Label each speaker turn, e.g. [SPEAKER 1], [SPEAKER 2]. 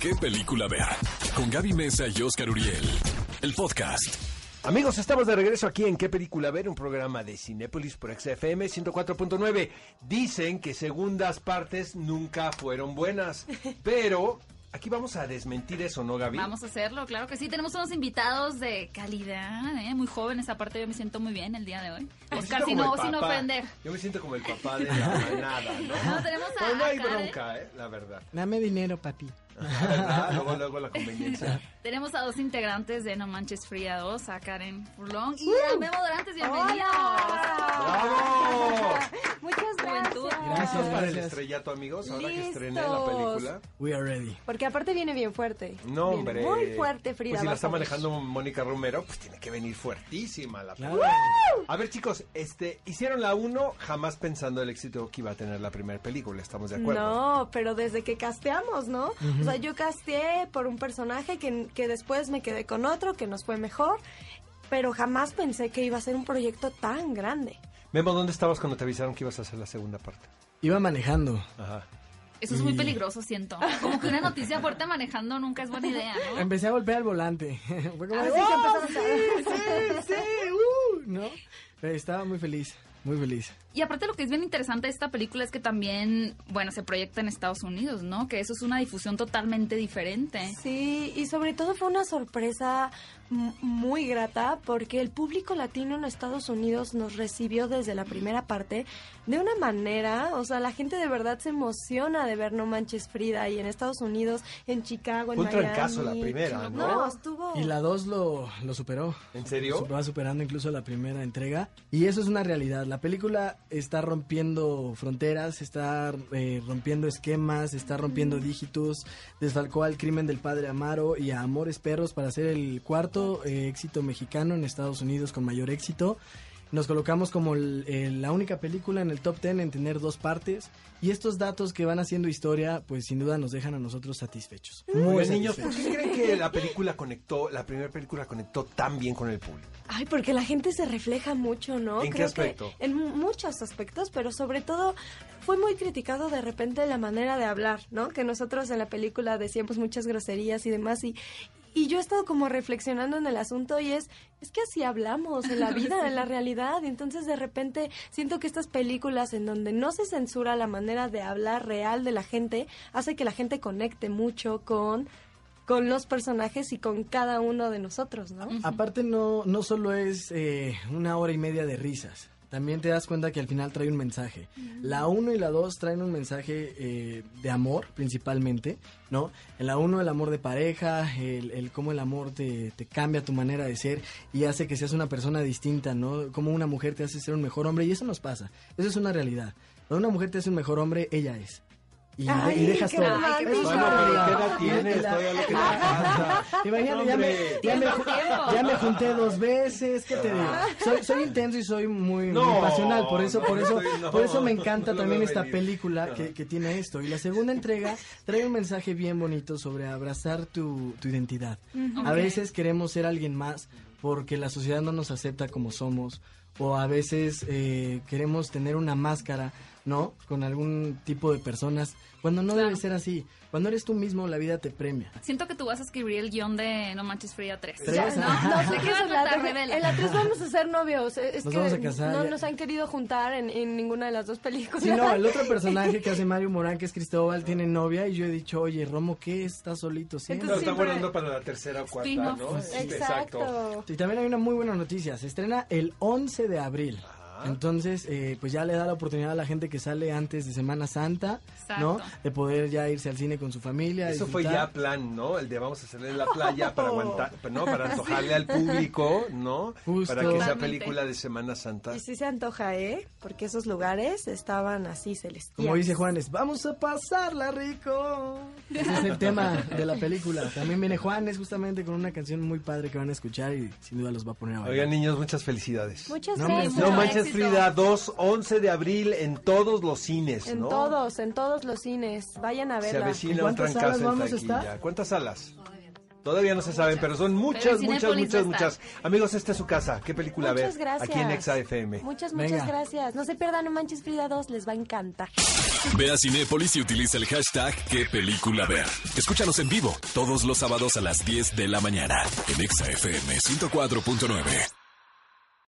[SPEAKER 1] qué película ver. Con Gaby Mesa y Oscar Uriel. El podcast.
[SPEAKER 2] Amigos, estamos de regreso aquí en ¿Qué película ver? Un programa de Cinépolis por XFM 104.9. Dicen que segundas partes nunca fueron buenas, pero aquí vamos a desmentir eso, ¿no, Gaby?
[SPEAKER 3] Vamos a hacerlo, claro que sí. Tenemos unos invitados de calidad, ¿eh? muy jóvenes. Aparte, yo me siento muy bien el día de hoy.
[SPEAKER 2] Yo me siento
[SPEAKER 3] Oscar, sin,
[SPEAKER 2] como
[SPEAKER 3] no,
[SPEAKER 2] el
[SPEAKER 3] sin
[SPEAKER 2] papá.
[SPEAKER 3] ofender.
[SPEAKER 2] Yo me siento como el papá de la manada, ¿no?
[SPEAKER 3] No, tenemos a-
[SPEAKER 2] Pues no hay
[SPEAKER 3] a Karen.
[SPEAKER 2] bronca, ¿eh? La verdad.
[SPEAKER 4] Dame dinero, papi.
[SPEAKER 2] La verdad, luego, luego la conveniencia.
[SPEAKER 3] Tenemos a dos integrantes de No Manches Fría 2, a Karen Furlong y a Memo Dorantes. Bienvenidos.
[SPEAKER 2] ¡Bravo!
[SPEAKER 5] Muchas
[SPEAKER 3] Juventud.
[SPEAKER 5] gracias.
[SPEAKER 2] ¿Listos
[SPEAKER 4] Gracias,
[SPEAKER 2] para el
[SPEAKER 4] gracias.
[SPEAKER 2] estrellato, amigos? Ahora que
[SPEAKER 5] Listos.
[SPEAKER 2] estrené la película.
[SPEAKER 4] We are ready.
[SPEAKER 5] Porque aparte viene bien fuerte.
[SPEAKER 2] No,
[SPEAKER 5] Viene
[SPEAKER 2] hombre.
[SPEAKER 5] Muy fuerte, Frida.
[SPEAKER 2] Pues si la
[SPEAKER 5] vas
[SPEAKER 2] está
[SPEAKER 5] a ver.
[SPEAKER 2] manejando Mónica Romero, pues tiene que venir fuertísima la
[SPEAKER 4] Claro.
[SPEAKER 2] A ver, chicos, este, hicieron la 1 jamás pensando el éxito que iba a tener la primera película, estamos de acuerdo.
[SPEAKER 5] No, pero desde que casteamos, ¿no? O sea, yo casteé por un personaje que, que después me quedé con otro, que nos fue mejor, pero jamás pensé que iba a ser un proyecto tan grande.
[SPEAKER 2] Memo, ¿dónde estabas cuando te avisaron que ibas a hacer la segunda parte?
[SPEAKER 4] Iba manejando.
[SPEAKER 2] Ajá.
[SPEAKER 3] Eso es muy peligroso, siento. Como que una noticia fuerte manejando nunca es buena idea, ¿no?
[SPEAKER 4] Empecé a golpear al volante. Fue como,
[SPEAKER 5] Así
[SPEAKER 4] "Oh,
[SPEAKER 5] que empezaron a-
[SPEAKER 4] sí, sí, uh", ¿no? Pero estaba muy feliz, muy feliz.
[SPEAKER 3] Y aparte lo que es bien interesante de esta película es que también, bueno, se proyecta en Estados Unidos, ¿no? Que eso es una difusión totalmente diferente.
[SPEAKER 5] Sí, y sobre todo fue una sorpresa m- muy grata porque el público latino en Estados Unidos nos recibió desde la primera parte de una manera, o sea, la gente de verdad se emociona de ver No Manches Frida y en Estados Unidos, en Chicago, en
[SPEAKER 2] Fue un
[SPEAKER 5] Miami.
[SPEAKER 2] trancazo la primera, ¿no?
[SPEAKER 5] No, estuvo...
[SPEAKER 4] Y la 2 lo, lo superó.
[SPEAKER 2] ¿En serio?
[SPEAKER 4] Su- Va superando incluso la primera entrega. Y eso es una realidad. La película está rompiendo fronteras, está eh, rompiendo esquemas, está rompiendo dígitos. Desfalcó al crimen del padre Amaro y a Amores Perros para ser el cuarto eh, éxito mexicano en Estados Unidos con mayor éxito. Nos colocamos como el- eh, la única película en el top 10 en tener dos partes. Y estos datos que van haciendo historia, pues sin duda nos dejan a nosotros satisfechos.
[SPEAKER 2] Muy bien, niños,
[SPEAKER 4] satisfechos.
[SPEAKER 2] ¿por qué creen que la película conectó, la primera película conectó tan bien con el público?
[SPEAKER 5] Ay, porque la gente se refleja mucho, ¿no?
[SPEAKER 2] ¿En qué
[SPEAKER 5] Creo
[SPEAKER 2] aspecto?
[SPEAKER 5] Que en mu- muchos aspectos, pero sobre todo fue muy criticado de repente la manera de hablar, ¿no? Que nosotros en la película decíamos muchas groserías y demás y... Y yo he estado como reflexionando en el asunto y es, es que así hablamos en la vida, en la realidad. Entonces de repente siento que estas películas en donde no se censura la manera de hablar real de la gente, hace que la gente conecte mucho con, con los personajes y con cada uno de nosotros, ¿no?
[SPEAKER 4] Aparte no, no solo es eh, una hora y media de risas, también te das cuenta que al final trae un mensaje. La 1 y la 2 traen un mensaje eh, de amor principalmente, ¿no? En la 1 el amor de pareja, el, el cómo el amor te, te cambia tu manera de ser y hace que seas una persona distinta, ¿no? Cómo una mujer te hace ser un mejor hombre y eso nos pasa, eso es una realidad. Cuando una mujer te hace un mejor hombre, ella es. Y,
[SPEAKER 5] Ay,
[SPEAKER 4] y dejas
[SPEAKER 5] qué
[SPEAKER 4] todo.
[SPEAKER 5] romántico.
[SPEAKER 4] Eso es
[SPEAKER 2] Bueno,
[SPEAKER 4] una
[SPEAKER 2] pero ¿qué
[SPEAKER 4] realidad.
[SPEAKER 2] edad tienes?
[SPEAKER 4] La-
[SPEAKER 2] Todavía lo que te pasa.
[SPEAKER 4] Imagínate, ya me,
[SPEAKER 2] Hombre.
[SPEAKER 4] ya, me,
[SPEAKER 3] Tiempo.
[SPEAKER 4] ya me junté dos veces, ¿qué te digo? Soy, soy intenso y soy muy, muy
[SPEAKER 2] Ah. No,
[SPEAKER 4] pasional, por eso,
[SPEAKER 2] no,
[SPEAKER 4] por eso,
[SPEAKER 2] estoy- no,
[SPEAKER 4] por eso me
[SPEAKER 2] no, no
[SPEAKER 4] encanta
[SPEAKER 2] lo
[SPEAKER 4] también
[SPEAKER 2] veo
[SPEAKER 4] esta
[SPEAKER 2] venir.
[SPEAKER 4] película
[SPEAKER 2] Ajá.
[SPEAKER 4] que, que tiene esto. Y la segunda entrega trae un mensaje bien bonito sobre abrazar tu, tu identidad. A
[SPEAKER 3] Ok.
[SPEAKER 4] veces queremos ser alguien más porque la sociedad no nos acepta como somos. O a veces eh, queremos tener una máscara, ¿no? Con algún tipo de personas. Cuando no
[SPEAKER 3] Claro.
[SPEAKER 4] debe ser así. Cuando eres tú mismo, la vida te premia.
[SPEAKER 3] Siento que tú vas a escribir el guión de No Manches Frida 3.
[SPEAKER 4] Tres,
[SPEAKER 3] ¿no?
[SPEAKER 4] ajá.
[SPEAKER 3] ¿De qué vas a
[SPEAKER 5] Esa es la
[SPEAKER 3] tratar,
[SPEAKER 5] otra.
[SPEAKER 3] Revela?
[SPEAKER 5] En la 3 vamos a ser novios. Es
[SPEAKER 4] Nos
[SPEAKER 5] que
[SPEAKER 4] vamos a casar,
[SPEAKER 5] no
[SPEAKER 4] ya.
[SPEAKER 5] nos han querido juntar en, en ninguna de las dos películas.
[SPEAKER 4] Sí, no, el otro personaje que hace Mario Morán, que es Cristóbal, tiene novia y yo he dicho, oye, Romo, ¿qué? Estás solito siempre.
[SPEAKER 2] Lo
[SPEAKER 5] Entonces,
[SPEAKER 2] están
[SPEAKER 5] siempre-
[SPEAKER 2] guardando para la tercera o cuarta,
[SPEAKER 3] Spin-off.
[SPEAKER 2] ¿no?
[SPEAKER 5] Exacto.
[SPEAKER 4] Y también hay una muy buena noticia, se estrena el 11 de abril. Entonces, eh, pues ya le da la oportunidad a la gente que sale antes de Semana Santa,
[SPEAKER 3] Exacto.
[SPEAKER 4] ¿no? De poder ya irse al cine con su familia.
[SPEAKER 2] Eso fue ya
[SPEAKER 4] disfrutar.
[SPEAKER 2] plan, ¿no? El de vamos a hacerle en la playa para aguantar, ¿no? Para antojarle al público, ¿no?
[SPEAKER 4] Justo.
[SPEAKER 2] Para que sea
[SPEAKER 3] Totalmente.
[SPEAKER 2] película de Semana Santa.
[SPEAKER 5] Y sí se antoja, ¿eh? Porque esos lugares estaban así celestiales.
[SPEAKER 4] Como dice Juanes, vamos a pasarla rico. Ese es el tema de la película. También viene Juanes justamente con una canción muy padre que van a escuchar y sin duda los va a poner a bailar.
[SPEAKER 2] Oigan, niños, muchas felicidades.
[SPEAKER 5] Muchas
[SPEAKER 4] No,
[SPEAKER 5] gracias.
[SPEAKER 2] No
[SPEAKER 3] Mucho
[SPEAKER 2] manches,
[SPEAKER 3] éxito.
[SPEAKER 2] Frida, 2, 11 de abril en todos los cines,
[SPEAKER 5] en
[SPEAKER 2] ¿no?
[SPEAKER 5] todos, en todos los cines. Vayan a
[SPEAKER 2] Se
[SPEAKER 5] verla.
[SPEAKER 2] avecina un
[SPEAKER 4] ¿Cuántas
[SPEAKER 2] trancazo
[SPEAKER 4] salas
[SPEAKER 2] en
[SPEAKER 4] vamos a
[SPEAKER 2] taquilla.
[SPEAKER 4] estar?
[SPEAKER 2] ¿Cuántas salas? Todavía no se saben, pero son muchas,
[SPEAKER 3] Pero
[SPEAKER 2] muchas,
[SPEAKER 3] Cinépolis va a
[SPEAKER 2] muchas, muchas. Amigos, esta es su casa. ¿Qué película ver?
[SPEAKER 5] Muchas gracias.
[SPEAKER 2] Aquí en Exa FM.
[SPEAKER 5] Muchas, muchas
[SPEAKER 4] Venga.
[SPEAKER 5] gracias. No se pierdan No Manches Frida 2, les va a encantar.
[SPEAKER 1] Ve a Cinépolis y utiliza el hashtag qué película ver. Escúchanos en vivo todos los sábados a las 10 de la mañana en Exa FM 104.9.